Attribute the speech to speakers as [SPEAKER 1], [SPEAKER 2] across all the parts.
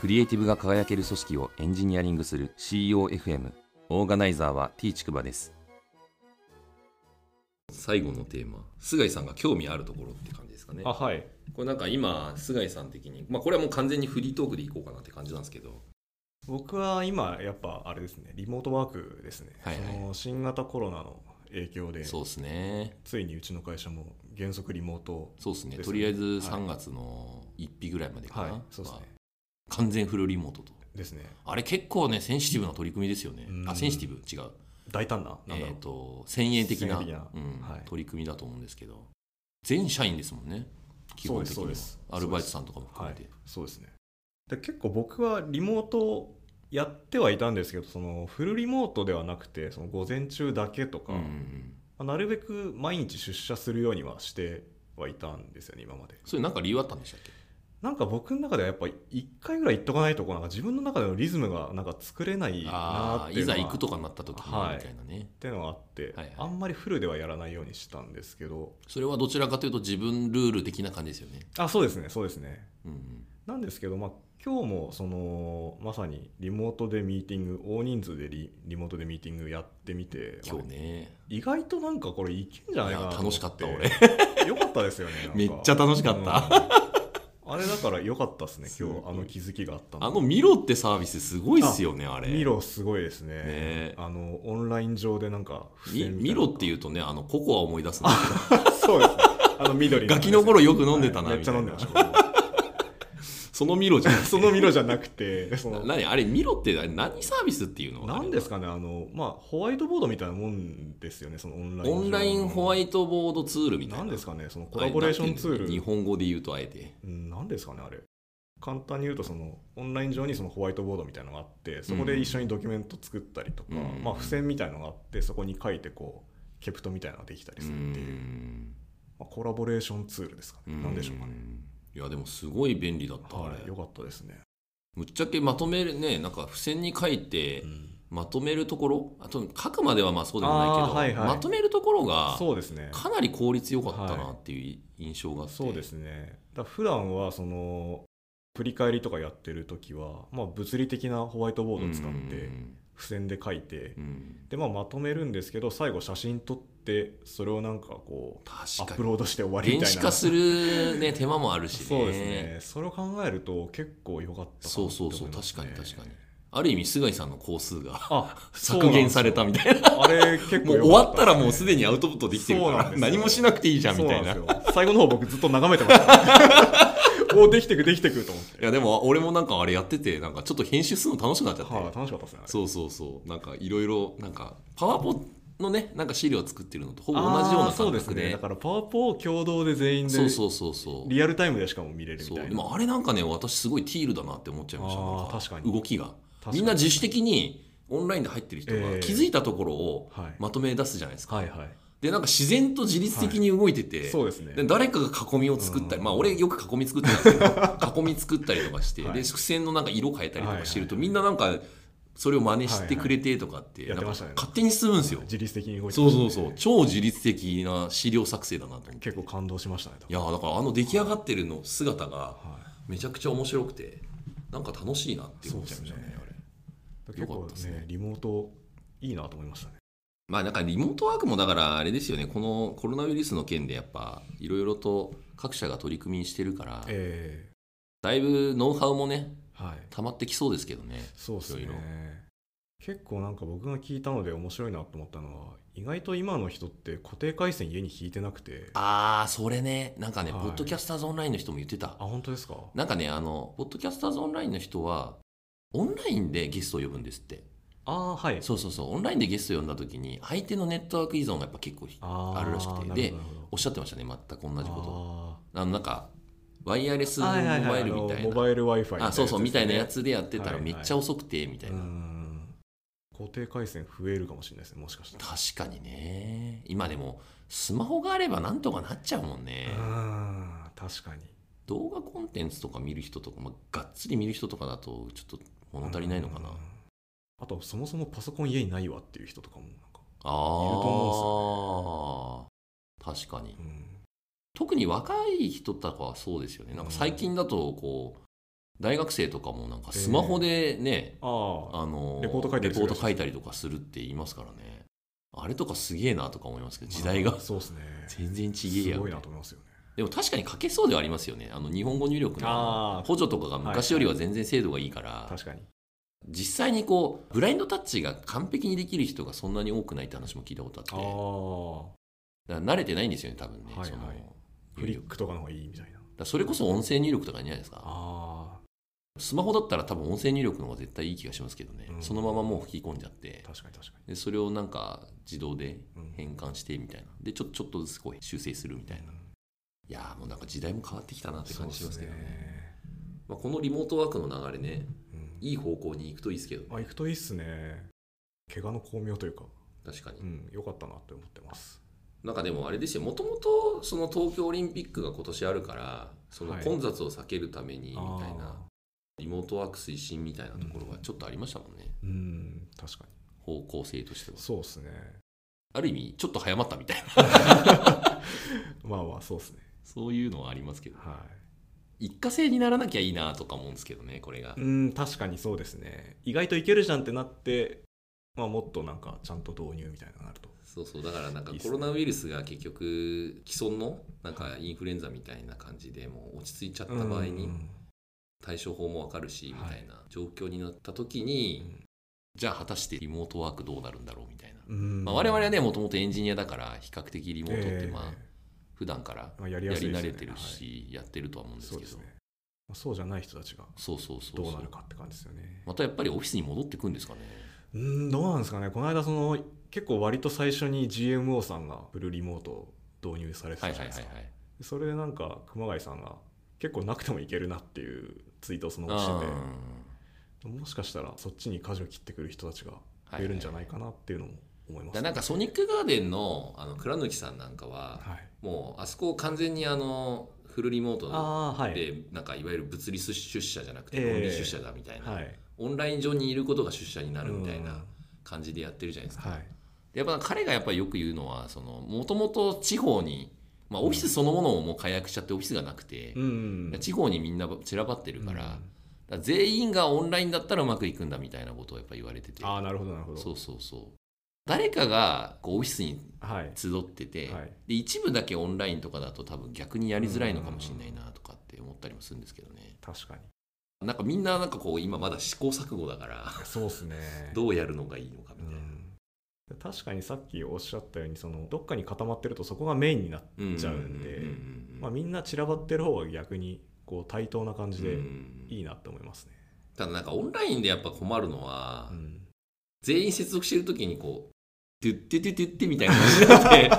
[SPEAKER 1] クリエイティブが輝ける組織をエンジニアリングする COFM オーガナイザーは T ちくばです最後のテーマ菅井さんが興味あるところって感じですかね
[SPEAKER 2] あはい
[SPEAKER 1] これなんか今菅井さん的にまあこれはもう完全にフリートークでいこうかなって感じなんですけど
[SPEAKER 2] 僕は今やっぱあれですねリモートワークですね、
[SPEAKER 1] はいはい
[SPEAKER 2] その新型コロナの影響で
[SPEAKER 1] そうですね
[SPEAKER 2] ついにうちの会社も原則リモート
[SPEAKER 1] そうですね
[SPEAKER 2] です
[SPEAKER 1] と
[SPEAKER 2] ね
[SPEAKER 1] りあえず
[SPEAKER 2] はい
[SPEAKER 1] 3月の1日ぐらいまでかな、
[SPEAKER 2] はいそうですね
[SPEAKER 1] 完全フルリモートと
[SPEAKER 2] ですね
[SPEAKER 1] あれ結構ねセンシティブな取り組みですよね
[SPEAKER 2] うん
[SPEAKER 1] あセンシティブ違う
[SPEAKER 2] 大胆ななんだろ
[SPEAKER 1] えー、
[SPEAKER 2] う
[SPEAKER 1] と先鋭的な
[SPEAKER 2] 先鋭的な
[SPEAKER 1] うん
[SPEAKER 2] はい
[SPEAKER 1] 取り組みだと思うんですけど全社員ですもんね基本的
[SPEAKER 2] そう
[SPEAKER 1] には
[SPEAKER 2] ですそうです
[SPEAKER 1] アルバイトさんとかも含
[SPEAKER 2] は
[SPEAKER 1] め
[SPEAKER 2] い
[SPEAKER 1] て、
[SPEAKER 2] そうですねで結構僕はリモートやってはいたんですけどそのフルリモートではなくてその午前中だけとか、
[SPEAKER 1] うんうんうん
[SPEAKER 2] まあなるべく毎日出社するようにはしてはいたんですよね今まで
[SPEAKER 1] それなんか理由あったんでしたっけ
[SPEAKER 2] なんか僕の中ではやっぱ1回ぐらい行っとかないとこうなんか自分の中でのリズムがなんか作れないな
[SPEAKER 1] あ
[SPEAKER 2] ーっ
[SPEAKER 1] あ
[SPEAKER 2] てい
[SPEAKER 1] いう
[SPEAKER 2] の
[SPEAKER 1] ざ
[SPEAKER 2] は
[SPEAKER 1] 行くとかになった時に
[SPEAKER 2] はい
[SPEAKER 1] みたいなね、
[SPEAKER 2] っていうのがあって、
[SPEAKER 1] はいはい
[SPEAKER 2] あんまりフルではやらないようにしたんですけど
[SPEAKER 1] それはどちらかというと自分ルール的な感じですよね、
[SPEAKER 2] あそうですねそうですね
[SPEAKER 1] うんうん、
[SPEAKER 2] なんですけど、まあ、今日もそのまさにリモートでミーティング大人数でリリモートでミーティングやってみて
[SPEAKER 1] 今
[SPEAKER 2] ま
[SPEAKER 1] 日
[SPEAKER 2] あ
[SPEAKER 1] ね
[SPEAKER 2] 意外となんかこれいけんじゃないかなと思
[SPEAKER 1] いや楽しかった
[SPEAKER 2] 俺よかったですよねなんか
[SPEAKER 1] めっちゃ楽しかった
[SPEAKER 2] うんあれだからよかったですね
[SPEAKER 1] す
[SPEAKER 2] 今
[SPEAKER 1] ごい
[SPEAKER 2] 日あの気づきがあった
[SPEAKER 1] あのミロってサービスすごいっすよねあれ
[SPEAKER 2] ミロすごいですね
[SPEAKER 1] ね
[SPEAKER 2] あのオンライン上でなんか
[SPEAKER 1] みミロっていううとねあのココア思い出すんだけど
[SPEAKER 2] そうですねあの緑の
[SPEAKER 1] ガキの頃よく飲んでたな
[SPEAKER 2] はいめっちゃ飲んでました僕
[SPEAKER 1] そのミロじゃなくて
[SPEAKER 2] そのミロじゃな くて、そ
[SPEAKER 1] な
[SPEAKER 2] の
[SPEAKER 1] 何あれミロって何サービスっていうの
[SPEAKER 2] なんです
[SPEAKER 1] か
[SPEAKER 2] かね、あの、まあ、ホワイトボードみたいなもんですよね、そのオンライン。
[SPEAKER 1] オンラインホワ
[SPEAKER 2] イ
[SPEAKER 1] イトボードツールみたいな
[SPEAKER 2] なんですかね、そのコラボレーションツー
[SPEAKER 1] あれなんていうんだよね日
[SPEAKER 2] ル。
[SPEAKER 1] 本語で言うとあえて
[SPEAKER 2] うんなんですかね、あれ。簡単に言うと、その、オンライン上にそのホワイトボードみたいなのがあって、そこで一緒にドキュメント作ったりとか、
[SPEAKER 1] うん
[SPEAKER 2] まあ、付箋みたいなのがあって、そこに書いて、こう、ケプトみたいなのができたり
[SPEAKER 1] う
[SPEAKER 2] するっていう、
[SPEAKER 1] ん
[SPEAKER 2] まあ、コラボレーションツールですかね。なんでしょうかね。
[SPEAKER 1] いやでもすごい便利だったあれ、
[SPEAKER 2] はい、よかったですね。
[SPEAKER 1] むっちゃけまとめるねなんか付箋に書いてまとめるところあと書くまではまあそうでもないけど、
[SPEAKER 2] あーはいはい
[SPEAKER 1] まとめるところが
[SPEAKER 2] そうですね。
[SPEAKER 1] かなり効率良かったなっていう印象があって、
[SPEAKER 2] そうですねだから普段はその振り返りとかやってる時は、まあ、物理的なホワイトボードを使っ
[SPEAKER 1] う
[SPEAKER 2] て
[SPEAKER 1] ん
[SPEAKER 2] 付箋で書いて
[SPEAKER 1] うんうん
[SPEAKER 2] で、まあ、まとめるんですけど最後写真撮ってそれをなんかこうアッ
[SPEAKER 1] 確
[SPEAKER 2] プ
[SPEAKER 1] か
[SPEAKER 2] ロードして終わり
[SPEAKER 1] に
[SPEAKER 2] み
[SPEAKER 1] 電
[SPEAKER 2] たい
[SPEAKER 1] 子
[SPEAKER 2] な
[SPEAKER 1] 化する、ね、手間もあるしね
[SPEAKER 2] そうですねそれを考えると結構良かったかな
[SPEAKER 1] そうそうそう
[SPEAKER 2] って思いますね
[SPEAKER 1] 確かに確かにある意味菅井さんの工数が
[SPEAKER 2] あ
[SPEAKER 1] 削減されたみたいな
[SPEAKER 2] そうなんですよあれ結構
[SPEAKER 1] もう
[SPEAKER 2] 良
[SPEAKER 1] 終
[SPEAKER 2] か
[SPEAKER 1] わったらもうすでにアウトプットできてるか
[SPEAKER 2] そうなん
[SPEAKER 1] ら
[SPEAKER 2] ですよ
[SPEAKER 1] 何もしなくていいじゃんみたいな
[SPEAKER 2] そうなんですよ最後の方僕ずっと眺めてました おできてくできてくと思って
[SPEAKER 1] いやでも俺もなんかあれやっててなんかちょっと編集するの楽しくなっちゃって、
[SPEAKER 2] はい、楽しかったですねあれ
[SPEAKER 1] そうそうそうなんかいろいろなんかパワポのねなんか資料作ってるのとほぼ同じような
[SPEAKER 2] あーそう
[SPEAKER 1] 感
[SPEAKER 2] です
[SPEAKER 1] 覚
[SPEAKER 2] ね
[SPEAKER 1] で
[SPEAKER 2] だからパワポを共同で全員で
[SPEAKER 1] そうそうそうそう
[SPEAKER 2] リアルタイムでしかも見れるみ
[SPEAKER 1] そう
[SPEAKER 2] たい
[SPEAKER 1] で
[SPEAKER 2] な
[SPEAKER 1] もあれなんかね私すごいティールだなって思っちゃいました
[SPEAKER 2] あー
[SPEAKER 1] なん
[SPEAKER 2] 確かに
[SPEAKER 1] 動きが
[SPEAKER 2] 確かに
[SPEAKER 1] みんな自主的にオンラインで入ってる人
[SPEAKER 2] え
[SPEAKER 1] が
[SPEAKER 2] え
[SPEAKER 1] 気づいたところを
[SPEAKER 2] はい
[SPEAKER 1] まとめ出すじゃないですか、
[SPEAKER 2] はいはい
[SPEAKER 1] でなんか自然と自律的に動いてて、
[SPEAKER 2] そうですね
[SPEAKER 1] で誰かが囲みを作ったり、
[SPEAKER 2] うん
[SPEAKER 1] まあ、俺よく囲み作ってたんです けど囲み作ったりとかして、
[SPEAKER 2] はい
[SPEAKER 1] で付箋のなんか色変えたりとかしてると、
[SPEAKER 2] はいはい
[SPEAKER 1] みんななんかそれを真似してくれてとかって,、
[SPEAKER 2] はいはいやってましたね
[SPEAKER 1] なんか勝手に進むんですよ、
[SPEAKER 2] 自律的に動いてます
[SPEAKER 1] そ
[SPEAKER 2] ね
[SPEAKER 1] うそうそう超自律的な資料作成だなと思って
[SPEAKER 2] 結構感動しましたね
[SPEAKER 1] いやだからあの出来上がってるの姿が
[SPEAKER 2] は
[SPEAKER 1] めちゃくちゃ面白くてなんか楽しいなっ
[SPEAKER 2] い
[SPEAKER 1] て
[SPEAKER 2] そ
[SPEAKER 1] 思
[SPEAKER 2] う
[SPEAKER 1] っ
[SPEAKER 2] で
[SPEAKER 1] ちゃい
[SPEAKER 2] す
[SPEAKER 1] ましたね
[SPEAKER 2] ね
[SPEAKER 1] あれ
[SPEAKER 2] あれ結
[SPEAKER 1] よか
[SPEAKER 2] 構
[SPEAKER 1] ったですね
[SPEAKER 2] ねリモートいいなと思いましたね
[SPEAKER 1] まあなんかリモートワークもだからあれですよねこのコロナウイルスの件でやっぱいろいろと各社が取り組みしてるから
[SPEAKER 2] え
[SPEAKER 1] だいぶノウハウもね
[SPEAKER 2] えはい
[SPEAKER 1] 溜まってきそうですけどね
[SPEAKER 2] そうです
[SPEAKER 1] い
[SPEAKER 2] ね
[SPEAKER 1] ろいろ
[SPEAKER 2] 結構なんか僕が聞いたので面白いなと思ったのは意外と今の人って固定回線家に引いてなくてあ
[SPEAKER 1] ああそれねなんかね、
[SPEAKER 2] はい
[SPEAKER 1] ポッドキャスターズオンラインの人も言ってた
[SPEAKER 2] 本当ですか
[SPEAKER 1] なんかねあのポッドキャスターズオンラインの人はオンラインでゲストを呼ぶんですって
[SPEAKER 2] ああはい
[SPEAKER 1] そうそうそうオンラインでゲストを呼んだ時に相手のネットワーク依存がやっぱ結構ひ
[SPEAKER 2] あー
[SPEAKER 1] あるらしくて
[SPEAKER 2] な
[SPEAKER 1] で
[SPEAKER 2] ほどなるほど
[SPEAKER 1] おっしゃってましたね全く同じことを
[SPEAKER 2] あー
[SPEAKER 1] あのなんかワイヤレスモ
[SPEAKER 2] は
[SPEAKER 1] バ
[SPEAKER 2] いはいはい
[SPEAKER 1] イルみた
[SPEAKER 2] あ
[SPEAKER 1] い
[SPEAKER 2] のモ
[SPEAKER 1] な
[SPEAKER 2] バイル Wi-Fi
[SPEAKER 1] あそうそうみたいなや
[SPEAKER 2] つ
[SPEAKER 1] つでやってた
[SPEAKER 2] は
[SPEAKER 1] ら
[SPEAKER 2] いは
[SPEAKER 1] め
[SPEAKER 2] い
[SPEAKER 1] っちゃ遅くてみた
[SPEAKER 2] で
[SPEAKER 1] い
[SPEAKER 2] すね。
[SPEAKER 1] な、
[SPEAKER 2] うん固定回線増えるかもしれないですねもしかしたら
[SPEAKER 1] 確かにね今でもスマホがあればなんとかなっちゃうもんね、
[SPEAKER 2] うん確かに
[SPEAKER 1] 動画コンテンツとか見る人とか、まあ、がっつり見る人とかだとちょっと物足りないのかな、
[SPEAKER 2] うんあとそもそもパソコン家にないわっていう人とかもなんか、
[SPEAKER 1] ああ、確かに
[SPEAKER 2] うん
[SPEAKER 1] 特に若い人とかはそうですよねなんか最近だとこう大学生とかもなんかスマホでね、
[SPEAKER 2] ああ
[SPEAKER 1] あの
[SPEAKER 2] レポート書いたりす
[SPEAKER 1] レ
[SPEAKER 2] る
[SPEAKER 1] ポート書いたりとかするって言いますからねあれとかすげえなとか思いますけど時代 が
[SPEAKER 2] そうですね
[SPEAKER 1] 全然 ちげえ
[SPEAKER 2] す
[SPEAKER 1] やん
[SPEAKER 2] ごいなと思いますよね
[SPEAKER 1] でも確かに書けそうではありますよねあの日本語入力の
[SPEAKER 2] あー
[SPEAKER 1] 補助とかが昔よりは全然精度がいいから
[SPEAKER 2] 確かに
[SPEAKER 1] 実際にこうブラインドタッチが完璧にできる人がそんなに多くないって話も聞いたことあって
[SPEAKER 2] あ
[SPEAKER 1] だ
[SPEAKER 2] あ
[SPEAKER 1] から慣れてないんですよね多分ね、
[SPEAKER 2] はいはい
[SPEAKER 1] その
[SPEAKER 2] フ
[SPEAKER 1] 入
[SPEAKER 2] リ
[SPEAKER 1] 力だ
[SPEAKER 2] ックとかの方がいいみたいな
[SPEAKER 1] からそれこそ音声入力とかいいんじゃないですか
[SPEAKER 2] あ
[SPEAKER 1] スマホだったら多分音声入力の方が絶対いい気がしますけどね、
[SPEAKER 2] うん
[SPEAKER 1] そのままもう吹き込んじゃって
[SPEAKER 2] あ確かに確か
[SPEAKER 1] でそれをなんか自動で
[SPEAKER 2] に、うん
[SPEAKER 1] 変換してみたいなでちょちょっとずつこう修正するみたいな、いやーもうなんか時代も変わってきたなって
[SPEAKER 2] そう
[SPEAKER 1] 感
[SPEAKER 2] で
[SPEAKER 1] じしますすけどね
[SPEAKER 2] ね、
[SPEAKER 1] まあ、このリモートワークの流れね
[SPEAKER 2] うん
[SPEAKER 1] いい方向に行くといいですけどね
[SPEAKER 2] あ行くといいっすね怪我の巧妙というか
[SPEAKER 1] 確かに、
[SPEAKER 2] うん良かったなって思ってます
[SPEAKER 1] なんかでもあれですよもともとその東京オリンピックが今年あるからその
[SPEAKER 2] はい
[SPEAKER 1] 混雑を避けるためにみたいな、
[SPEAKER 2] あ
[SPEAKER 1] リモートワーク推進みたいなところがちょっとありましたもんね、
[SPEAKER 2] ーうん確か
[SPEAKER 1] 方向性としては
[SPEAKER 2] にそうですね
[SPEAKER 1] ある意味ちょっと早まったみたいな
[SPEAKER 2] まあまあそうですね
[SPEAKER 1] そういうのはありますけど
[SPEAKER 2] は
[SPEAKER 1] 一過性にならなきゃいいなとか思うんですけどねこれが
[SPEAKER 2] いうん確かにそうですね意外といけるじゃんってなってまあもっとなんかちゃんと導入みたいなのになると
[SPEAKER 1] そうそうだからなんか
[SPEAKER 2] いいっす
[SPEAKER 1] コ
[SPEAKER 2] ね
[SPEAKER 1] ロナウイルスが結局既存のなんかインフルエンザみたいな感じでもう落ち着いちゃった場合
[SPEAKER 2] う
[SPEAKER 1] に
[SPEAKER 2] ん
[SPEAKER 1] 対処法もわかるしみ
[SPEAKER 2] はい
[SPEAKER 1] たいな状況になった時に
[SPEAKER 2] うん
[SPEAKER 1] じゃあ果たしてリモートワークどうなるんだろうみたいな、
[SPEAKER 2] うん
[SPEAKER 1] まあ、我々はねもともとエンジニアだから比較的リモートってまあ
[SPEAKER 2] ええ
[SPEAKER 1] 普段から
[SPEAKER 2] まあやり
[SPEAKER 1] や
[SPEAKER 2] やすい
[SPEAKER 1] り
[SPEAKER 2] です
[SPEAKER 1] 慣
[SPEAKER 2] ね
[SPEAKER 1] れてるしやってるとは思う
[SPEAKER 2] は
[SPEAKER 1] んで
[SPEAKER 2] い
[SPEAKER 1] す
[SPEAKER 2] そう
[SPEAKER 1] け
[SPEAKER 2] で
[SPEAKER 1] ど
[SPEAKER 2] すねまあそうじゃない人たちが
[SPEAKER 1] そうそうそう
[SPEAKER 2] どう
[SPEAKER 1] そ
[SPEAKER 2] なる
[SPEAKER 1] う
[SPEAKER 2] かって感じですよね
[SPEAKER 1] またやっぱりオフィスに戻ってくんですかね
[SPEAKER 2] うんどうなんですかねこの間その結構割と最初に GMO さんがフルリモートを導入されて
[SPEAKER 1] はい
[SPEAKER 2] た
[SPEAKER 1] は
[SPEAKER 2] じ
[SPEAKER 1] い
[SPEAKER 2] ゃな
[SPEAKER 1] はいい
[SPEAKER 2] です
[SPEAKER 1] はい
[SPEAKER 2] かそれでなんか熊谷さんが結構なくてもいけるなっていうツイートをその後しててもしかしたらそっちに舵を切ってくる人たちが増えるんじゃないかなっていうのも思い
[SPEAKER 1] だ
[SPEAKER 2] ま
[SPEAKER 1] か
[SPEAKER 2] す
[SPEAKER 1] らなんかソニックガーデンのあの倉貫さんなんかは
[SPEAKER 2] はい、
[SPEAKER 1] もうあそこを完全にあのフルリモート
[SPEAKER 2] ああーはい、
[SPEAKER 1] でなんかいわゆる物理出社じゃなくて
[SPEAKER 2] ええ
[SPEAKER 1] オンリー出社だみたいな、
[SPEAKER 2] はい、
[SPEAKER 1] オンライン上にいることが出社にな
[SPEAKER 2] あ
[SPEAKER 1] るみたいな感じでやってるじゃないですか、
[SPEAKER 2] はい
[SPEAKER 1] でやっぱ彼がやっぱりよく言うのはもともと地方に、まあ、オフィスそのものをもう解約しちゃってオフィスがなくて、
[SPEAKER 2] うん
[SPEAKER 1] 地方にみんな散らばってる
[SPEAKER 2] うん
[SPEAKER 1] から,、全員がオンラインだったらうまくいくんだみたいなことをやっぱ言われてて
[SPEAKER 2] ああなるほどなるほど
[SPEAKER 1] そうそうそう誰かがこうオフィスに
[SPEAKER 2] はい
[SPEAKER 1] 集ってて、
[SPEAKER 2] はい
[SPEAKER 1] で一部だけオンラインとかだと多分逆にやりづらいのかもしれないなとかって思ったりもするんですけどね
[SPEAKER 2] 確かに
[SPEAKER 1] なんかみんななんかこう今まだ試行錯誤だから
[SPEAKER 2] そうですね
[SPEAKER 1] どうやるのがいいのかみたいな、
[SPEAKER 2] うん確かにさっきおっしゃったようにそのどっかに固まってるとそこがメインになって、
[SPEAKER 1] うん
[SPEAKER 2] ちゃうんで
[SPEAKER 1] ううん
[SPEAKER 2] まあ、みんな散らばってる方が逆にこう対等な感じ
[SPEAKER 1] う
[SPEAKER 2] で
[SPEAKER 1] ん
[SPEAKER 2] いいなって思いますね、
[SPEAKER 1] ただなんかオンラインでやっぱ困るのは、
[SPEAKER 2] うん
[SPEAKER 1] 全員接続してる時にこう「ドゥッドゥドゥドゥッドゥ」みたいな感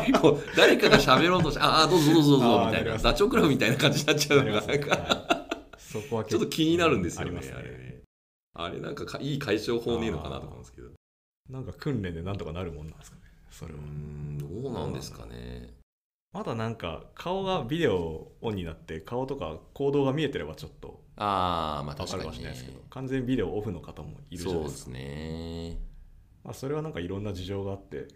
[SPEAKER 1] じでこう誰かが喋ろうとして「ああどうぞどうぞどうぞみ
[SPEAKER 2] あ」ー
[SPEAKER 1] たい
[SPEAKER 2] なり
[SPEAKER 1] な
[SPEAKER 2] ます
[SPEAKER 1] ダチョウ倶楽部みたいな感じになっちゃう
[SPEAKER 2] あり
[SPEAKER 1] のが
[SPEAKER 2] ます
[SPEAKER 1] なん
[SPEAKER 2] ね
[SPEAKER 1] か
[SPEAKER 2] はいそこは
[SPEAKER 1] ちょ
[SPEAKER 2] 結
[SPEAKER 1] っ
[SPEAKER 2] 構
[SPEAKER 1] と気になるんですよね
[SPEAKER 2] ありますね
[SPEAKER 1] あれねあれなんかかいい解消法ねえのかなとか思うんですけど
[SPEAKER 2] なんか訓練でなんとかなるもんなんですかねそれは、
[SPEAKER 1] うんどうなんですかね
[SPEAKER 2] まだなんか顔がビデオオンになって顔とか行動が見えてればちょっと
[SPEAKER 1] ああまあ
[SPEAKER 2] 分
[SPEAKER 1] 確
[SPEAKER 2] かる
[SPEAKER 1] か
[SPEAKER 2] か
[SPEAKER 1] に
[SPEAKER 2] もしれ
[SPEAKER 1] ね
[SPEAKER 2] ないですけど、完全ビデオオフの方もいるじゃな
[SPEAKER 1] そ
[SPEAKER 2] いうで
[SPEAKER 1] です
[SPEAKER 2] か
[SPEAKER 1] すね
[SPEAKER 2] まあ、それはなんかいろんな事情があって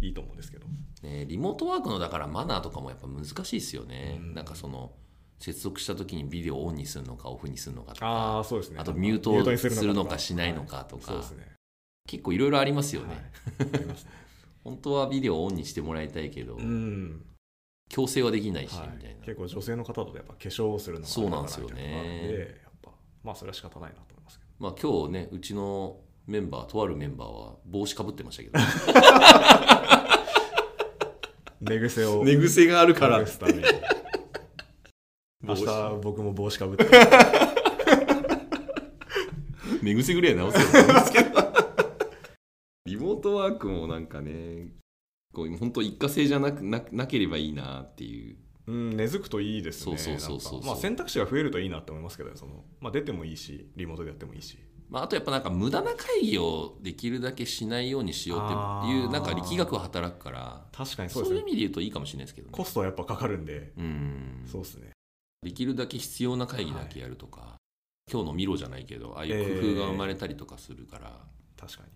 [SPEAKER 2] いいと思うんですけど
[SPEAKER 1] ねリモートワークのだからマナーとかもやっぱ難しいですよね、
[SPEAKER 2] うん
[SPEAKER 1] なんかその接続した時にビデオオンにするのかオフにするのかとか
[SPEAKER 2] ああそうですね
[SPEAKER 1] あとミュート
[SPEAKER 2] ミに
[SPEAKER 1] するのかしないの
[SPEAKER 2] は
[SPEAKER 1] かとか、
[SPEAKER 2] そうですね
[SPEAKER 1] 結構いろいろありますよね、
[SPEAKER 2] はいありますね
[SPEAKER 1] 本当はビデオをオンにしてもらいたいけど、
[SPEAKER 2] うん、
[SPEAKER 1] 強制はできないし、
[SPEAKER 2] はい
[SPEAKER 1] みたいな
[SPEAKER 2] 結構女性の方だとやっぱ化粧をするのが
[SPEAKER 1] そうなんですよね
[SPEAKER 2] なかなかみたいなのがあるんでやっぱまあそれは仕方ないなと思いますけど
[SPEAKER 1] まあ今日ねうちのメンバーとあるメンバーは帽子かぶってましたけど
[SPEAKER 2] 寝癖を
[SPEAKER 1] 寝癖があるから
[SPEAKER 2] 隠すために明
[SPEAKER 1] 帽子
[SPEAKER 2] 日僕も帽子かぶって
[SPEAKER 1] 寝癖ぐらいは直せよと思うんですけど リモートワークもなんかねこう本当一過性じゃなくななければいいなっていう
[SPEAKER 2] うん根付くといいですね
[SPEAKER 1] そうそうそうそう
[SPEAKER 2] なんかまあ選択肢が増えるといいなって思いますけどねその、まあ、出てもいいしリモートでやってもいいし
[SPEAKER 1] まあ、あとやっぱなんか無駄な会議をできるだけしないようにしようってい
[SPEAKER 2] あ
[SPEAKER 1] う
[SPEAKER 2] ー
[SPEAKER 1] なんか力学は働くから
[SPEAKER 2] 確かに
[SPEAKER 1] そ
[SPEAKER 2] そ
[SPEAKER 1] うう
[SPEAKER 2] です
[SPEAKER 1] いう
[SPEAKER 2] ね
[SPEAKER 1] 意味で言うといいかもしれないですけどね
[SPEAKER 2] コストはやっぱかかるんで
[SPEAKER 1] うん
[SPEAKER 2] そうですね
[SPEAKER 1] できるだけ必要な会議だけやるとか、今日の見ろじゃないけどああいう工夫が生まれたりとかするから、
[SPEAKER 2] 確かに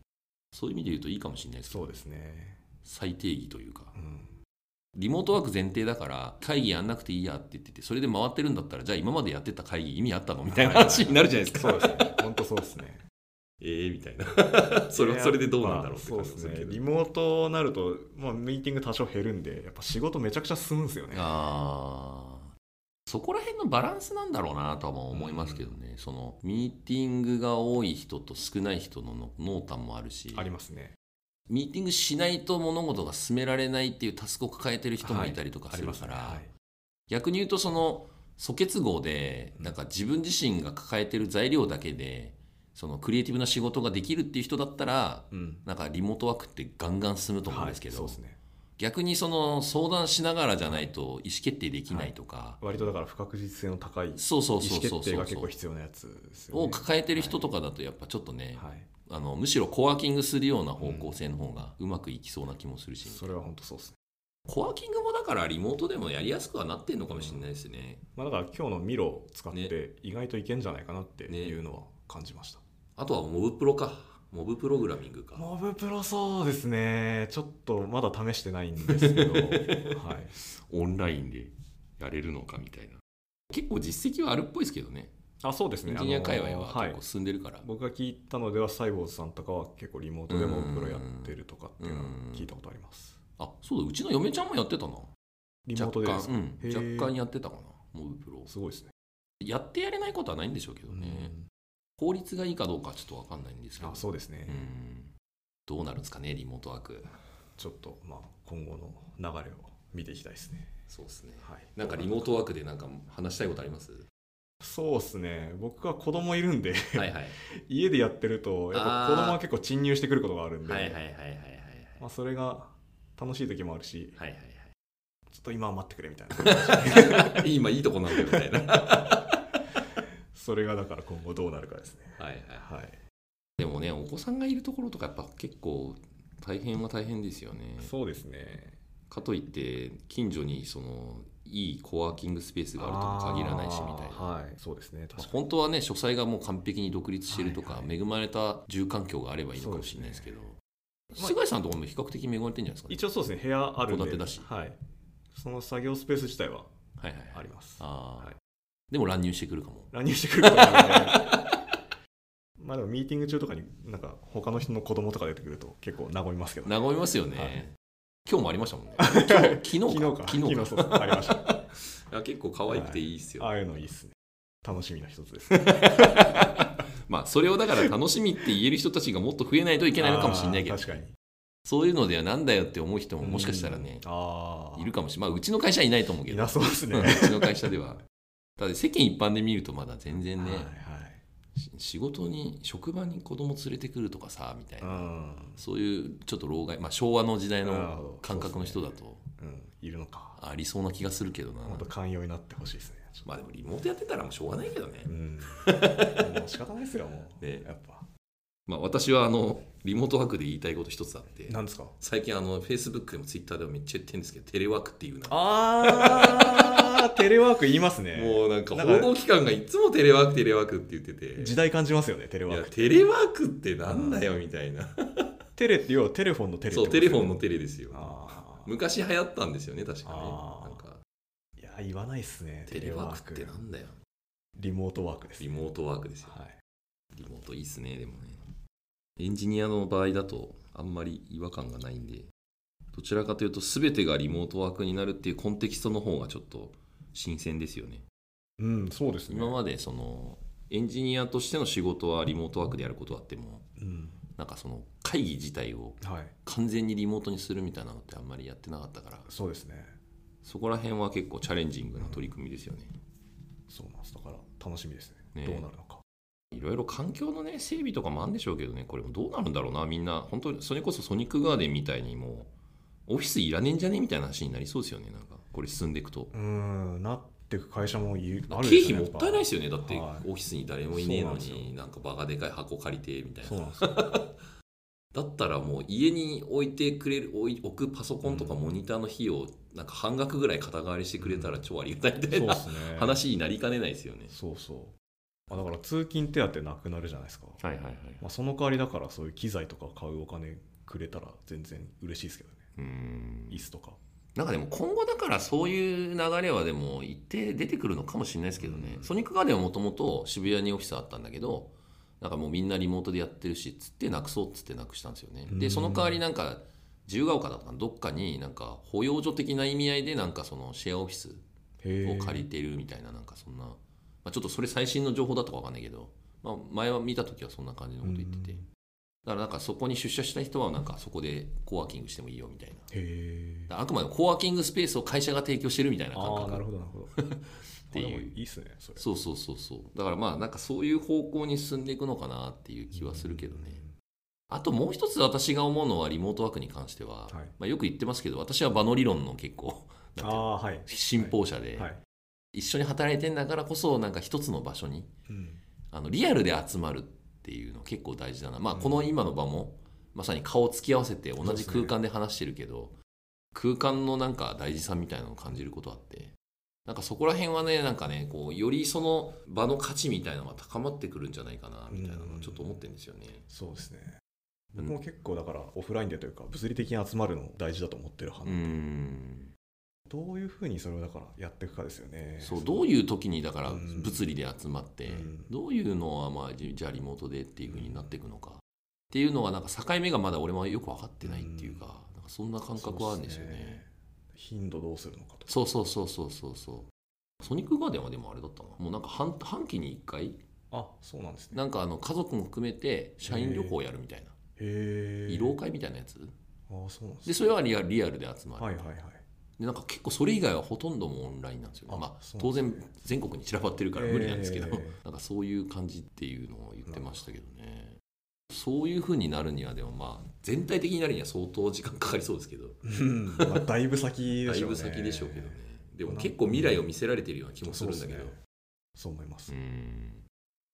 [SPEAKER 1] そういう意味で言うといいかもしれないですけど
[SPEAKER 2] そうですね
[SPEAKER 1] 最定義というか
[SPEAKER 2] うん
[SPEAKER 1] リモートワーク前提だから会議やんなくていいやって言っててそれで回ってるんだったらじゃあ今までやってた会議意味あったのみたいな話になるじゃないですか。
[SPEAKER 2] そうですね。本当そうですね。
[SPEAKER 1] ええみたいなそれはそれでどうなんだろうって
[SPEAKER 2] そ
[SPEAKER 1] 感
[SPEAKER 2] う
[SPEAKER 1] じ
[SPEAKER 2] です
[SPEAKER 1] する
[SPEAKER 2] ね
[SPEAKER 1] け。ど
[SPEAKER 2] リモートなると、まあ、ミーティング多少減るんで、やっぱ仕事めちゃくちゃ進むんですよね。
[SPEAKER 1] あーそこら辺のバランスなんだろうなとは思いますけどね、そのミーティングが多い人と少ない人の濃淡もあるし
[SPEAKER 2] ありますね。
[SPEAKER 1] ミーティングしないと物事が進められないっていうタスクを抱えてる人もいたりとか
[SPEAKER 2] あ
[SPEAKER 1] す
[SPEAKER 2] り
[SPEAKER 1] る
[SPEAKER 2] ます
[SPEAKER 1] か
[SPEAKER 2] ね。
[SPEAKER 1] ら、
[SPEAKER 2] はい
[SPEAKER 1] 逆に言うとその素結合でなんか自分自身が抱えてる材料だけでそのクリエイティブな仕事ができるっていう人だったら
[SPEAKER 2] うん。
[SPEAKER 1] なんかリモートワークってガンガン進むと思うんですけど、
[SPEAKER 2] はいそうですね。
[SPEAKER 1] 逆にその相談しながらじゃないと意思決定できないとか、
[SPEAKER 2] 割とだから不確実性の高い意思
[SPEAKER 1] そうそうそうそ
[SPEAKER 2] 決
[SPEAKER 1] う
[SPEAKER 2] 定
[SPEAKER 1] そ
[SPEAKER 2] が
[SPEAKER 1] う
[SPEAKER 2] 結
[SPEAKER 1] そ
[SPEAKER 2] 構
[SPEAKER 1] う
[SPEAKER 2] 必要なやつですよね。
[SPEAKER 1] を抱えてる人とかだとやっぱちょっとね、
[SPEAKER 2] はい。
[SPEAKER 1] あのむしろコワーキングするような方向性の方がうまくいきそうな気もするし、
[SPEAKER 2] それは本当そうですね。
[SPEAKER 1] コワーキングもだからリモートでもやりやすくはなってんのかもしれないですね。
[SPEAKER 2] まあ、だから今日のミロを使っ
[SPEAKER 1] ね
[SPEAKER 2] て、意外といけんじゃないかなっていうのは感じました。
[SPEAKER 1] あとはモブプロか。モブプログラミングか。
[SPEAKER 2] モブプロそうですね。ちょっとまだ試してないんで すけど、はい。
[SPEAKER 1] オンラインでやれるのかみたいな。結構実績はあるっぽいですけどね。
[SPEAKER 2] あ、そうです
[SPEAKER 1] エ
[SPEAKER 2] ね。
[SPEAKER 1] ンジニア界
[SPEAKER 2] あ
[SPEAKER 1] 隈
[SPEAKER 2] の
[SPEAKER 1] は結
[SPEAKER 2] い
[SPEAKER 1] 構。進んでるから。
[SPEAKER 2] 僕が聞いたのではサイボーズさんとかは結構リモートでもプロやってるとかっていうのは聞いたことあります
[SPEAKER 1] あそうだ、うちの嫁ちゃんもやってたな。
[SPEAKER 2] リモートでで
[SPEAKER 1] 若
[SPEAKER 2] すか
[SPEAKER 1] 干、う
[SPEAKER 2] へ
[SPEAKER 1] ん、
[SPEAKER 2] ー
[SPEAKER 1] 若干やってたかな、モブプロ。
[SPEAKER 2] すごいですね
[SPEAKER 1] やってやれないことはないんでしょうけどね。効率がいいかどうかちょっと分かんないんですけ
[SPEAKER 2] う
[SPEAKER 1] ど
[SPEAKER 2] んあそうですね、
[SPEAKER 1] うんどうなるんですかねリモートワーク
[SPEAKER 2] ちょっとまあ今後の流れを見ていきたいですね
[SPEAKER 1] そうですね
[SPEAKER 2] はい
[SPEAKER 1] なんかリモートワークでなんか話したいことあります
[SPEAKER 2] そうですね僕は子供いるんで
[SPEAKER 1] はいはい
[SPEAKER 2] 家でやってるとやっぱ子供は結構侵入してくることがあるんで、
[SPEAKER 1] はいはいはいはいはい
[SPEAKER 2] まあ、それが楽しい時もあるし
[SPEAKER 1] はいはい
[SPEAKER 2] ちょっと今は待ってくれみたいな
[SPEAKER 1] はい今いいとこなんだよみたいなはい
[SPEAKER 2] それがだから今後どうなるかですね
[SPEAKER 1] はい
[SPEAKER 2] はい
[SPEAKER 1] でもねお子さんがいるところとかやっぱ結構大変は大変ですよね
[SPEAKER 2] そうですね
[SPEAKER 1] かといって近所にそのいいコワーキングスペースがあるとも限らないしみたいな
[SPEAKER 2] あーはいそうですね確かに
[SPEAKER 1] 本当はね書斎がもう完璧に独立してるとか、
[SPEAKER 2] は
[SPEAKER 1] 恵まれた住環境があればいいのかもしれないですけど
[SPEAKER 2] すね
[SPEAKER 1] 菅井さんとこも比較的恵まれてるんじゃないです
[SPEAKER 2] 一応そうですね部屋あるんで
[SPEAKER 1] 戸建てだし
[SPEAKER 2] はい、その作業スペース自体は
[SPEAKER 1] かねはいはい
[SPEAKER 2] あ
[SPEAKER 1] はい
[SPEAKER 2] ります
[SPEAKER 1] あー、
[SPEAKER 2] はい
[SPEAKER 1] でも乱入してくるかも
[SPEAKER 2] 乱入してくること はないのでまあでもミーティング中とかになんか他の人の子供とか出てくると結構和みますけど、
[SPEAKER 1] 和みますよね、
[SPEAKER 2] はい
[SPEAKER 1] 今日もありましたも んね今日昨日
[SPEAKER 2] 昨日
[SPEAKER 1] か
[SPEAKER 2] か
[SPEAKER 1] 昨日か
[SPEAKER 2] そうそうありまし た
[SPEAKER 1] あ結構可愛くていいですよ、
[SPEAKER 2] ああいうのいいっ すね楽しみの一つですね
[SPEAKER 1] まあそれをだから楽しみって言える人たちがもっと増えないといけないのかもしれないけど
[SPEAKER 2] あー確かに
[SPEAKER 1] そういうのではなんだよって思う人ももしかしたらね
[SPEAKER 2] うんああ
[SPEAKER 1] いるかもしれない、まあ、うちの会社はいないと思うけ
[SPEAKER 2] い
[SPEAKER 1] ど
[SPEAKER 2] なそうですね
[SPEAKER 1] うんうちの会社ではただ世間一般で見るとまだ全然ね、
[SPEAKER 2] はいはい
[SPEAKER 1] し仕事に職場に子供連れてくるとかさみたいうな、
[SPEAKER 2] ん、
[SPEAKER 1] そういうちょっと老害、まあ、昭和の時代
[SPEAKER 2] なるほど
[SPEAKER 1] の感覚の人だと
[SPEAKER 2] うん、いるのか
[SPEAKER 1] ありそうな気がするけどな
[SPEAKER 2] 本当寛容になってほしいですねちょっと
[SPEAKER 1] まあでもリモートやってたらもうしょうがないけどね
[SPEAKER 2] う、んもう仕方ないですよもう、
[SPEAKER 1] ね
[SPEAKER 2] やっぱ
[SPEAKER 1] まあ、私はあのリモートワークで言いたいこと一つあって
[SPEAKER 2] なんですか
[SPEAKER 1] 最近あのフェイスブックでもツイッターでもめっちゃ言ってるんですけどテレワークっていうな
[SPEAKER 2] あーテレワーク言いますね
[SPEAKER 1] もうなんか
[SPEAKER 2] なんか
[SPEAKER 1] 報道機関がいつもテレワークテレワークって言ってて
[SPEAKER 2] 時代感じますよねテレ
[SPEAKER 1] い
[SPEAKER 2] ワー
[SPEAKER 1] や
[SPEAKER 2] ク
[SPEAKER 1] テレワークってなんだよみたいな、
[SPEAKER 2] テレって要はテレフォンのテレって
[SPEAKER 1] そ
[SPEAKER 2] こ
[SPEAKER 1] う
[SPEAKER 2] と
[SPEAKER 1] テ
[SPEAKER 2] です
[SPEAKER 1] レフ
[SPEAKER 2] よ
[SPEAKER 1] ォ
[SPEAKER 2] ね
[SPEAKER 1] ンのテレですよ
[SPEAKER 2] あー
[SPEAKER 1] 昔流行ったんですよね確かね
[SPEAKER 2] あー
[SPEAKER 1] なんか
[SPEAKER 2] いや言わないっすね
[SPEAKER 1] テレワークってなんだよ
[SPEAKER 2] リモートワークです
[SPEAKER 1] リモートワークですよ
[SPEAKER 2] はい
[SPEAKER 1] リモートいいっすねでもねエンジニアの場合だとあんまり違和感がないんでどちらかというと全てがリモートワークになるっていうコンテキストの方がちょっと新鮮ですよね
[SPEAKER 2] うんそうですね
[SPEAKER 1] 今までそのエンジニアとしての仕事はリモートワークでやることはあっても
[SPEAKER 2] うん
[SPEAKER 1] なんかその会議自体を
[SPEAKER 2] はい
[SPEAKER 1] 完全にリモートにするみたいなのってあんまりやってなかったから
[SPEAKER 2] そうですね
[SPEAKER 1] そこら辺は結構チャレンジングな取り組みですよね
[SPEAKER 2] そうなんですだから楽しみですね
[SPEAKER 1] ね
[SPEAKER 2] どうなるのか
[SPEAKER 1] いろいろ環境のね整備とかもあるんでしょうけどねこれもどうなるんだろうなみんな本当にそれこそソニックガーデンみたいにもうオフィスいらねえんじゃねみたいな話になりそうですよねなんかこれ進んでいくと
[SPEAKER 2] うーんなってく会社もいるある
[SPEAKER 1] 経費もったいないですすよねだってオ
[SPEAKER 2] はい
[SPEAKER 1] フィスに誰もいねえの
[SPEAKER 2] そうなんです
[SPEAKER 1] になんかバカでかい箱借りてみたい
[SPEAKER 2] そう
[SPEAKER 1] な
[SPEAKER 2] なんですよ
[SPEAKER 1] だったらもう家に置いてくれる置い置くパソコンとか
[SPEAKER 2] うん
[SPEAKER 1] モニターの費用なんか半額ぐらい肩代わりしてくれたら超ありがたいみたい
[SPEAKER 2] そうで
[SPEAKER 1] な
[SPEAKER 2] すね
[SPEAKER 1] 話になりかねないですよね
[SPEAKER 2] そうそうあだから通勤手当なくなるじゃないですか
[SPEAKER 1] はいはいはい
[SPEAKER 2] まあ、その代わりだからそういう機材とか買うお金くれたら全然嬉しいですけどね
[SPEAKER 1] うん
[SPEAKER 2] 椅子とか
[SPEAKER 1] なんかでも今後だからそういう流れはでも一定出てくるのかもしれないですけどね、ソニックガーデンはもともと渋谷にオフィスあったんだけどなんかもうみんなリモートでやってるしっつってなくそうっつってなくしたんですよね、
[SPEAKER 2] う
[SPEAKER 1] で
[SPEAKER 2] ん
[SPEAKER 1] その代わりなんか自由が丘だったかなどっかになんか保養所的な意味合いでなんかそのシェアオフィス
[SPEAKER 2] へ
[SPEAKER 1] を借りてるみたいななんかそんな、まあ、ちょっとそれ最新の情報だとかわかんないけど、まあ、前は見た時はそんな感じのこと言ってて、
[SPEAKER 2] うん
[SPEAKER 1] だからなんかそこに出社した人はなんかそこでコワーキングしてもいいよみたいな
[SPEAKER 2] えへえ
[SPEAKER 1] だからあくまでコワーキングスペースを会社が提供してるみたいな感
[SPEAKER 2] ああな
[SPEAKER 1] 覚
[SPEAKER 2] るほどなる ほど
[SPEAKER 1] ていう
[SPEAKER 2] あでもいいっすねそれ
[SPEAKER 1] そうそうそうそうだからまあなんかそういう方向に進んでいくのかなっていう気はするけどね、あともう一つ私が思うのはリモートワークに関しては、
[SPEAKER 2] はい
[SPEAKER 1] まあ、よく言ってますけど私は場の理論の結構なんてい
[SPEAKER 2] あ
[SPEAKER 1] うの
[SPEAKER 2] あはい
[SPEAKER 1] 信奉者で、
[SPEAKER 2] はい、
[SPEAKER 1] 一緒に働いてんだからこそなんか一つの場所に
[SPEAKER 2] うん、
[SPEAKER 1] あのリアルで集まるっていうの結構大事だな、まあ、
[SPEAKER 2] うん
[SPEAKER 1] この今の場もまさに顔を突き合わせて同じ空間で話してるけど、空間のなんか大事さみたいなのを感じることあってなんかそこら辺はねなんかねこうよりその場の価値みたいなのが高まってくるんじゃないかなみたいなのをちょっと思ってるんですよね。
[SPEAKER 2] そうですね
[SPEAKER 1] うん
[SPEAKER 2] 僕も結構だからオフラインでというか物理的に集まるの大事だと思ってる派
[SPEAKER 1] う
[SPEAKER 2] なんで、
[SPEAKER 1] ん
[SPEAKER 2] どういうふうにそれをだからやっていくかですよね
[SPEAKER 1] そうどういう時にだから
[SPEAKER 2] うん
[SPEAKER 1] 物理で集まって、
[SPEAKER 2] うん
[SPEAKER 1] どういうのはまあじじゃあリモートでっていう風になっていくのか、っていうのはなんか境目がまだ俺もよく分かってないっていうか,、なんかそんな感覚はあるんですよ
[SPEAKER 2] そうっす
[SPEAKER 1] ね。
[SPEAKER 2] 頻度どうするのかとか
[SPEAKER 1] そうそうそうそうそうそうソニックガーデンはでもあれだったなもうなんか半半期に1回
[SPEAKER 2] あそうなんですね
[SPEAKER 1] なんかあの家族も含めて社員旅行やるみたいな
[SPEAKER 2] へえ
[SPEAKER 1] 慰労会みたいなやつ
[SPEAKER 2] あそうなんです
[SPEAKER 1] で
[SPEAKER 2] ね
[SPEAKER 1] それはリアリアルで集まる、
[SPEAKER 2] はいはいはい
[SPEAKER 1] でなんか結構それ以外はほとんどもうオンラインなんですよね
[SPEAKER 2] あ
[SPEAKER 1] まあ
[SPEAKER 2] そう
[SPEAKER 1] 当
[SPEAKER 2] なんですね
[SPEAKER 1] 然全国に散らばってるから無理なんですけど、
[SPEAKER 2] ええ
[SPEAKER 1] なんかそういう感じっていうのを言ってましたけどねそういう風になるにはでもまあ全体的になるには相当時間かかりそうですけど
[SPEAKER 2] うんまあだいぶ先で
[SPEAKER 1] だい
[SPEAKER 2] しょう
[SPEAKER 1] ぶ
[SPEAKER 2] ね
[SPEAKER 1] 先でしょうけどねでも結構未来を見せられてるような気もするんだけど
[SPEAKER 2] そうっすねそう思います、
[SPEAKER 1] うん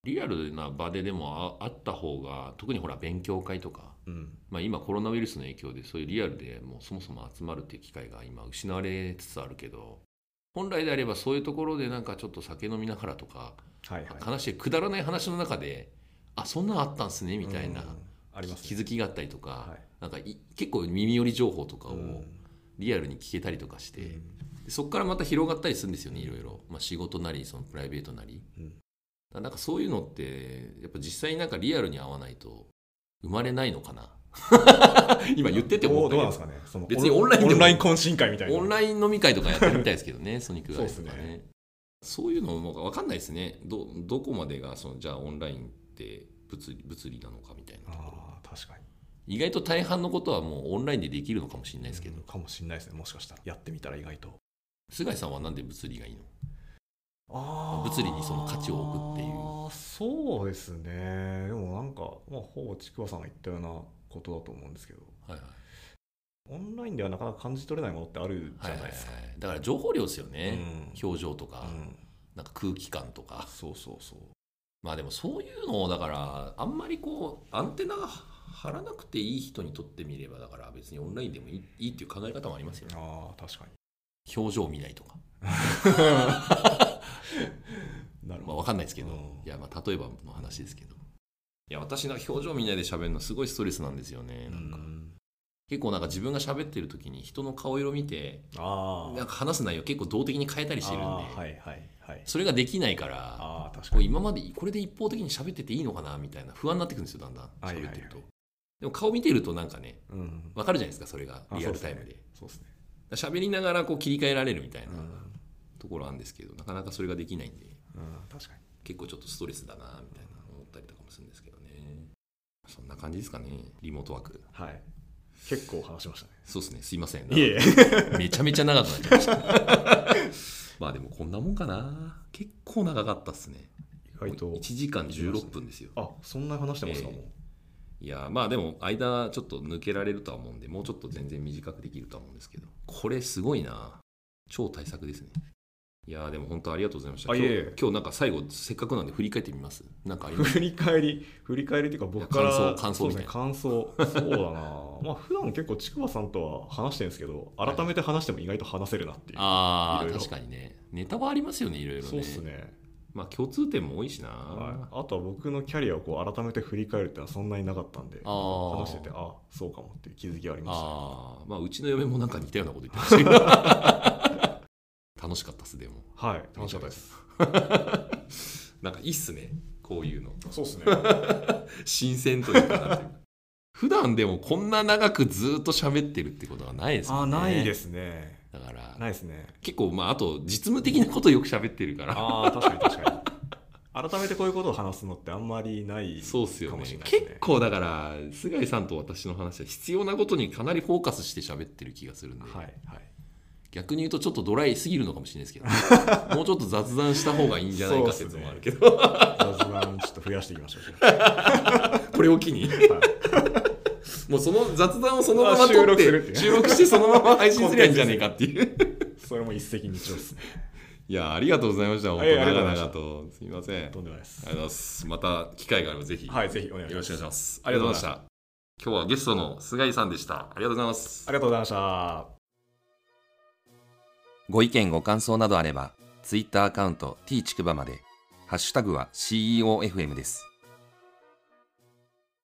[SPEAKER 1] リアルな場ででもああった方が特にほら勉強会とか、
[SPEAKER 2] うん
[SPEAKER 1] まあ、今コロナウイルスの影響でそういうリアルでもうそもそも集まるっていう機会が今失われつつあるけど本来であればそういうところでなんかちょっと酒飲みながらとか
[SPEAKER 2] はいはい
[SPEAKER 1] 話してくだらない話の中であそんなんあったんすねみたいな
[SPEAKER 2] うんありますね
[SPEAKER 1] 気づきがあったりとか、
[SPEAKER 2] はい
[SPEAKER 1] なんかい結構耳寄り情報とか
[SPEAKER 2] う
[SPEAKER 1] を
[SPEAKER 2] ん
[SPEAKER 1] リアルに聞けたりとかして、
[SPEAKER 2] うん
[SPEAKER 1] でそこからまた広がったりするんですよねいろいろ、まあ、仕事なりそのプライベートなり。
[SPEAKER 2] うん
[SPEAKER 1] だからなんかそういうのってやっぱ実際になんかリアルに合わないと生まれないのかな今言ってて思
[SPEAKER 2] ど
[SPEAKER 1] っ
[SPEAKER 2] うどうなん
[SPEAKER 1] たけ
[SPEAKER 2] ですかねその
[SPEAKER 1] 別にオンラインでも
[SPEAKER 2] オンライン懇親会みたい
[SPEAKER 1] ど
[SPEAKER 2] な
[SPEAKER 1] オンライン飲み会とかやってみたいですけどね ソニックガーデンとか
[SPEAKER 2] そう
[SPEAKER 1] ね
[SPEAKER 2] です
[SPEAKER 1] そういうのも分かんないですねどどこまでがそのじゃあオンラインって物理物理なのかみたいなところ
[SPEAKER 2] ああ確かに
[SPEAKER 1] 意外と大半のことはもうオンラインでできるのかもしれないですけど、
[SPEAKER 2] うんかもしれないですねもしかしたらやってみたら意外と
[SPEAKER 1] 菅井さんはなんで物理がいいの
[SPEAKER 2] あ
[SPEAKER 1] ー物理にその価値を置くっていう
[SPEAKER 2] うそうですねでもなんか、まあ、ほぼちくわさんが言ったようなことだと思うんですけど
[SPEAKER 1] はいはい
[SPEAKER 2] オンラインではなかなか感じ取れないものってあるじ
[SPEAKER 1] は
[SPEAKER 2] ゃ
[SPEAKER 1] いはは
[SPEAKER 2] ない
[SPEAKER 1] い
[SPEAKER 2] いですか、
[SPEAKER 1] だから情報量ですよ
[SPEAKER 2] う
[SPEAKER 1] ね、
[SPEAKER 2] ん
[SPEAKER 1] 表情とか、
[SPEAKER 2] うん
[SPEAKER 1] なんか空気感とか
[SPEAKER 2] そうそうそう
[SPEAKER 1] まあでもそういうのをだからあんまりこうアンテナが張らなくていい人にとってみればだから別にオンラインでもいいいいっていう考え方もありますよね
[SPEAKER 2] ああ確かに
[SPEAKER 1] 表情を見ないとか、
[SPEAKER 2] な
[SPEAKER 1] まあ、
[SPEAKER 2] るほ
[SPEAKER 1] 分
[SPEAKER 2] ど、
[SPEAKER 1] かんないですけど、
[SPEAKER 2] うん
[SPEAKER 1] いやまあ例えばの話ですけどいや私なんか表情見ないで喋るのすごいストレスなんですよね
[SPEAKER 2] う
[SPEAKER 1] なんか
[SPEAKER 2] ん
[SPEAKER 1] 結構なんか自分が喋ってる時に人の顔色見て
[SPEAKER 2] あ
[SPEAKER 1] な
[SPEAKER 2] あ
[SPEAKER 1] んか話す内容結構動的に変えたりしてるんで、
[SPEAKER 2] あーはいはいはい
[SPEAKER 1] それができないから
[SPEAKER 2] ああ確か
[SPEAKER 1] こう
[SPEAKER 2] に
[SPEAKER 1] 今までこれで一方的に喋ってていいのかなみたいな不安になってくるんですよだんだん
[SPEAKER 2] はいはい
[SPEAKER 1] 喋
[SPEAKER 2] はい
[SPEAKER 1] ってると、でも顔見てるとなんかね
[SPEAKER 2] うん
[SPEAKER 1] わかるじゃないですかそれが
[SPEAKER 2] あ
[SPEAKER 1] リアルタイムで
[SPEAKER 2] そうですね
[SPEAKER 1] 喋、りながらこう切り替えられるみたいな
[SPEAKER 2] そうっすね
[SPEAKER 1] ところあるんですけど、なかなかそれができないんで
[SPEAKER 2] うん、うん、確かに
[SPEAKER 1] 結構ちょっとストレスだなみたいな思ったりとかもするんですけどねそんな感じですかねリモートワーク
[SPEAKER 2] はい結構話しましたね
[SPEAKER 1] そうですねすいません
[SPEAKER 2] いえいえ
[SPEAKER 1] めちゃめちゃ長くなっちゃいました まあでもこんなもんかな結構長かったっすね
[SPEAKER 2] 意外と
[SPEAKER 1] 1時間16分ですよ
[SPEAKER 2] あそんな話してますか、
[SPEAKER 1] ええ
[SPEAKER 2] もう
[SPEAKER 1] いやーまあでも間ちょっと抜けられるとは思うんでもうちょっと全然短くできるとは思うんですけどこれすごいな超対策ですねいやーでも本当ありがとうございました
[SPEAKER 2] あ
[SPEAKER 1] 今
[SPEAKER 2] い
[SPEAKER 1] 日
[SPEAKER 2] えいえ
[SPEAKER 1] 今日なんか最後せっかくなんで振り返ってみますなんかあります
[SPEAKER 2] 振り返り振り返りっていうか僕から
[SPEAKER 1] いや感想
[SPEAKER 2] そうですね感想そうだな まあ普段結構ちくわさんとは話してるんですけど改めて話しても意外と話せるなっていう、
[SPEAKER 1] ああ
[SPEAKER 2] いろいろ
[SPEAKER 1] 確かにねネタはありますよねいろいろね
[SPEAKER 2] そうっすね
[SPEAKER 1] まあ共通点も多いしな、
[SPEAKER 2] はい、あとは僕のキャリアをこう改めて振り返るってのはそんなになかったんで
[SPEAKER 1] あー
[SPEAKER 2] 話しててあそうかもっていう気づきがありましたね
[SPEAKER 1] ああまあうちの嫁もなんか似たようなこと言ってましたけど楽しかったっすでも
[SPEAKER 2] はい楽しかったです
[SPEAKER 1] なんかいいっすねこういうの
[SPEAKER 2] そうですね
[SPEAKER 1] 新鮮というかなんていうか普段でもこんな長くずっと喋ってるってことはないです
[SPEAKER 2] あ
[SPEAKER 1] もんね
[SPEAKER 2] ないですすね
[SPEAKER 1] だから
[SPEAKER 2] ないですね
[SPEAKER 1] 結構まああと実務的なことよく喋ってるから
[SPEAKER 2] ああ確かに確かに改めてこういうことを話すのってあんまりない
[SPEAKER 1] そうっすよ
[SPEAKER 2] か
[SPEAKER 1] ね
[SPEAKER 2] もしれないですね
[SPEAKER 1] 結構だから菅井さんと私の話は必要なことにかなりフォーカスして喋ってる気がするんで、
[SPEAKER 2] はいはい
[SPEAKER 1] 逆に言うとちょっとドライすぎるのかもしれないですけど、 もうちょっと雑談した方がいいんじゃないか説もあるけど、
[SPEAKER 2] 雑談ちょっと増やしていきましょうじゃ
[SPEAKER 1] これを機に
[SPEAKER 2] あはい
[SPEAKER 1] もうその雑談をそのまま
[SPEAKER 2] あ
[SPEAKER 1] 撮
[SPEAKER 2] 収
[SPEAKER 1] っ
[SPEAKER 2] 録
[SPEAKER 1] て
[SPEAKER 2] す
[SPEAKER 1] 収
[SPEAKER 2] るっ
[SPEAKER 1] 録
[SPEAKER 2] ていう
[SPEAKER 1] してそのまま配信すりゃいいんじゃねえかっていう
[SPEAKER 2] それも一石二鳥ですね
[SPEAKER 1] いやありがとうございました本
[SPEAKER 2] い
[SPEAKER 1] 当
[SPEAKER 2] やいやありが
[SPEAKER 1] 長
[SPEAKER 2] とうございま
[SPEAKER 1] 々と
[SPEAKER 2] した
[SPEAKER 1] すみませんありがと
[SPEAKER 2] と
[SPEAKER 1] うん
[SPEAKER 2] でもないです
[SPEAKER 1] ございますまた機会があればぜひ
[SPEAKER 2] は
[SPEAKER 1] よ
[SPEAKER 2] いぜひお願いし
[SPEAKER 1] ろ
[SPEAKER 2] ま
[SPEAKER 1] しく
[SPEAKER 2] す
[SPEAKER 1] お願いします
[SPEAKER 2] ありがとうございま
[SPEAKER 1] ありがとうございました今日はゲストの菅井さんでしたありがとうございます
[SPEAKER 2] ありがとうございました
[SPEAKER 3] ご意見ご感想などあれば、Twitter アカウント t ちくばまで、ハッシュタグは CEOFM です。